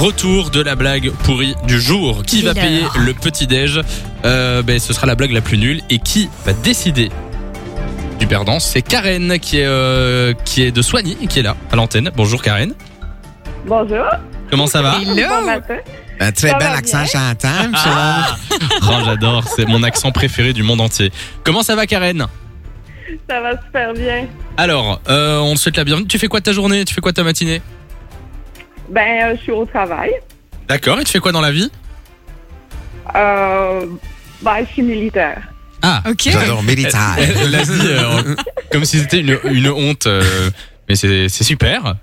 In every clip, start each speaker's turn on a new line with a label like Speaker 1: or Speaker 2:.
Speaker 1: Retour de la blague pourrie du jour. Qui
Speaker 2: Et
Speaker 1: va
Speaker 2: là
Speaker 1: payer le petit-déj Euh, ben, Ce sera la blague la plus nulle. Et qui va décider du perdant C'est Karen qui est, euh, qui est de Soigny et qui est là, à l'antenne. Bonjour Karen.
Speaker 3: Bonjour.
Speaker 1: Comment ça va
Speaker 3: Bon
Speaker 2: Hello!
Speaker 3: matin.
Speaker 1: Bah,
Speaker 4: Un Oh! très
Speaker 3: Ça
Speaker 4: bel
Speaker 3: va
Speaker 4: accent
Speaker 3: bien.
Speaker 4: chantant. monsieur.
Speaker 1: Oh, J'adore, c'est mon accent préféré du monde entier. Comment ça va Karen
Speaker 3: Ça va super bien.
Speaker 1: Alors, euh, on te souhaite la bienvenue. Tu fais quoi de ta journée Tu fais quoi de ta matinée
Speaker 3: Ben, euh, je suis au travail.
Speaker 1: D'accord, et tu fais quoi dans la vie
Speaker 3: Euh, ben, je suis militaire.
Speaker 1: Ah,
Speaker 2: Ok.
Speaker 4: J'adore militaire.
Speaker 1: Elle l'a dit euh, comme si c'était une, une honte, euh, mais c'est c'est super.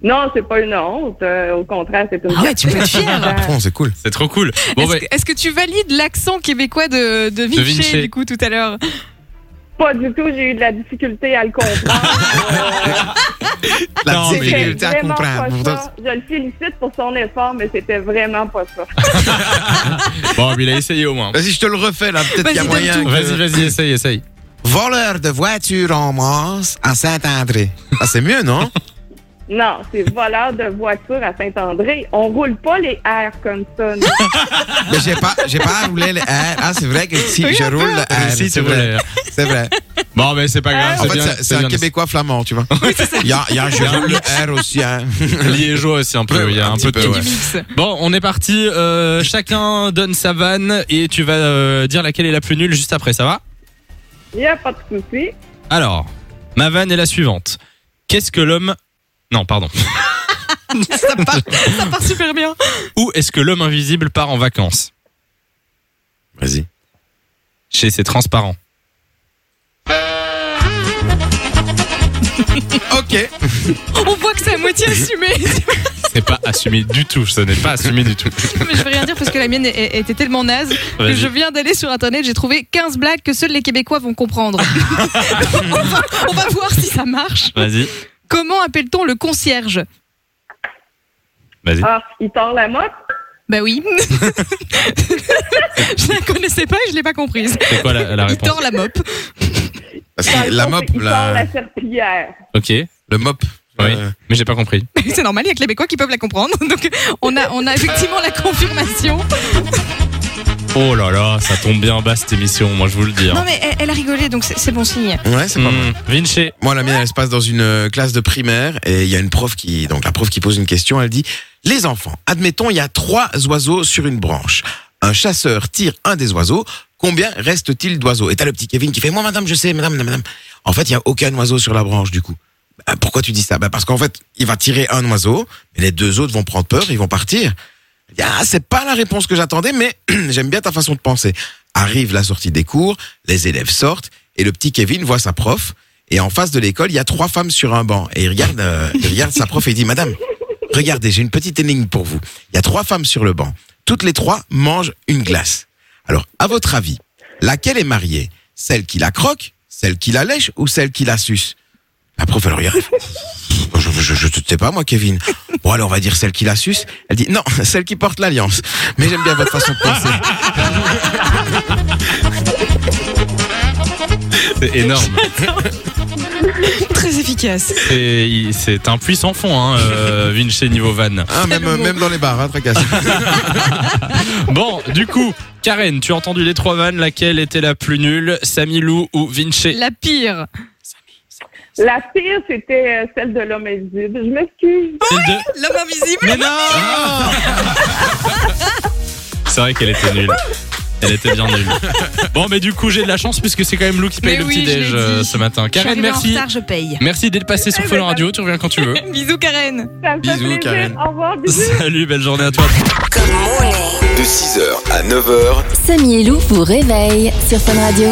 Speaker 3: Non, c'est pas une honte. Euh, au contraire, c'est une.
Speaker 2: Ah ouais, tu peux être fier.
Speaker 4: Bon, c'est cool.
Speaker 1: C'est trop cool. Bon,
Speaker 2: Est-ce
Speaker 1: bah,
Speaker 2: que, est-ce que tu valides l'accent québécois de, de, Vinci,
Speaker 1: Vinci.
Speaker 2: du coup, tout à l'heure
Speaker 3: Pas du tout. J'ai eu de la difficulté à le comprendre.
Speaker 4: La
Speaker 1: Non, mais-
Speaker 3: C'était
Speaker 4: difficulté à
Speaker 3: vraiment pas
Speaker 4: comprendre.
Speaker 3: ça. Je le félicite pour son effort, mais c'était vraiment pas ça.
Speaker 1: bon, mais il a essayé au moins.
Speaker 4: Vas-y, je te le refais là, peut-être qu'il y a
Speaker 2: Vas-y,
Speaker 4: moyen.
Speaker 2: donne
Speaker 4: que-
Speaker 1: Vas-y, vas-y, essaye, essaye.
Speaker 4: Voleur de voiture en Mons à Saint-André. Ah, c'est mieux, non?
Speaker 3: Non, c'est voleur de voiture à Saint-André. On roule pas les airs comme ça.
Speaker 4: Ah!
Speaker 3: nous.
Speaker 4: Mais j'ai pas, j'ai pas roulé le R. Ah, c'est vrai que Euh, si
Speaker 2: Oui,
Speaker 4: je
Speaker 2: un peu.
Speaker 4: roule le R,
Speaker 1: Si,
Speaker 4: c'est
Speaker 1: tu
Speaker 4: vrai.
Speaker 1: voulais.
Speaker 4: C'est vrai.
Speaker 1: Bon, mais c'est pas grave.
Speaker 4: En fait,
Speaker 1: bien,
Speaker 4: c'est- c'est un
Speaker 1: bien.
Speaker 4: Québécois flamand, tu vois. Il y a, il y a je roule le R aussi. hein.
Speaker 1: Liégeois aussi un peu. Il y a un peu de
Speaker 2: Il y a
Speaker 1: tout.
Speaker 2: du mix.
Speaker 1: Bon, on est parti. euh, chacun donne sa vanne et tu vas euh, dire laquelle est la plus nulle juste après. Ça va
Speaker 3: Il n'y a pas de souci.
Speaker 1: Alors, ma vanne est la suivante. Qu'est-ce que l'homme Non, pardon.
Speaker 2: ça, part, ça part super bien.
Speaker 1: Où est-ce que l'homme invisible part en vacances
Speaker 4: Vas-y.
Speaker 1: Chez ses transparents.
Speaker 4: Ok.
Speaker 2: On voit que c'est à moitié assumé.
Speaker 1: C'est pas assumé du tout. Ce n'est pas assumé du tout.
Speaker 2: Mais je vais rien dire parce que la mienne est- est- était tellement naze que
Speaker 1: Vas-y.
Speaker 2: je viens d'aller sur internet, j'ai trouvé 15 blagues que seuls les Québécois vont comprendre. on, va, on va voir si ça marche.
Speaker 1: Vas-y.
Speaker 2: Comment appelle-t-on le concierge
Speaker 1: Vas-y.
Speaker 3: Ah, il tord la motte.
Speaker 2: Bah oui. je la connaissais pas et je l'ai pas comprise.
Speaker 1: C'est quoi la, la
Speaker 2: Il
Speaker 1: réponse
Speaker 2: tord la mop.
Speaker 4: Parce
Speaker 3: Dans le
Speaker 4: que Eh, la
Speaker 3: fond,
Speaker 4: mop,
Speaker 3: Il
Speaker 4: la-
Speaker 3: tord la serpillière.
Speaker 1: Ok.
Speaker 4: le mop.
Speaker 1: Oui.
Speaker 4: euh,
Speaker 1: Mais j'ai pas compris.
Speaker 2: C'est normal, il y a que les Québécois qui peuvent la comprendre. Donc on a, on a effectivement la confirmation.
Speaker 1: Oh là là, ça tombe bien bas cette émission, moi je vous le dis.
Speaker 2: Non
Speaker 1: hein.
Speaker 2: mais elle, elle a rigolé, donc c'est c'est bon signe.
Speaker 4: Ouais, c'est pas mal.
Speaker 1: Hmm, Vinci.
Speaker 4: Moi, la mienne, elle se passe dans une euh, classe de primaire et il y a une prof qui, donc la prof qui pose une question, elle dit Les enfants, admettons, il y a trois oiseaux sur une branche. Un chasseur tire un des oiseaux. Combien reste-t-il d'oiseaux Et t'as le petit Kevin qui fait Moi, madame, je sais, madame, madame, madame. En fait, il n'y a aucun oiseau sur la branche, du coup. Bah, pourquoi tu dis ça Bah, Parce qu'en fait, il va tirer un oiseau, mais les deux autres vont prendre peur, ils vont partir. Il dit, Ah, c'est pas la réponse que j'attendais, mais j'aime bien ta façon de penser. Arrive la sortie des cours, les élèves sortent, et le petit Kevin voit sa prof, et en face de l'école, il y a trois femmes sur un banc. Et il regarde, euh, il regarde sa prof et il dit, Madame, regardez, j'ai une petite énigme pour vous. Il y a trois femmes sur le banc. Toutes les trois mangent une glace. Alors, à votre avis, laquelle est mariée Celle qui la croque, celle qui la lèche ou celle qui la suce La prof, elle regarde. elle fait, Je, je, je, je sais pas, moi, Kevin. Bon, alors, on va dire celle qui la suce. Elle dit, non, celle qui porte l'alliance. Mais j'aime bien votre façon de penser.
Speaker 1: C'est énorme.
Speaker 2: Très efficace.
Speaker 1: C'est il- c'est un puits sans fond, hein, euh, Vinci niveau van.
Speaker 4: Hein, même, euh, même dans les bars, hein, tracasse.
Speaker 1: Bon, du coup, Karen, tu as entendu les trois vannes, laquelle était la plus nulle Samy Lou ou Vinci
Speaker 2: La pire.
Speaker 3: La pire, c'était euh, celle de l'homme invisible. Je m'excuse.
Speaker 1: Celle de-
Speaker 2: L'homme invisible.
Speaker 1: Mais non C'est vrai qu'elle était nulle. Elle était bien nulle. Bon, mais du coup, j'ai de la chance puisque c'est quand même Lou qui paye
Speaker 2: Mais
Speaker 1: le
Speaker 2: oui,
Speaker 1: petit
Speaker 2: je l'ai
Speaker 1: déj euh,
Speaker 2: dit.
Speaker 1: ce matin.
Speaker 2: Je suis
Speaker 1: Karen,
Speaker 2: arrivée en
Speaker 1: merci.
Speaker 2: retard, je paye.
Speaker 1: Merci d'être passé sur Fun Radio, tu reviens quand tu veux.
Speaker 2: Bisous Karen.
Speaker 3: Ça me fait
Speaker 4: Bisous,
Speaker 3: plaisir.
Speaker 4: Karen.
Speaker 3: Au revoir, bisous.
Speaker 1: Salut, belle journée à toi.
Speaker 5: De 6h à 9h,
Speaker 6: Samy et Lou vous réveille sur Fun Radio.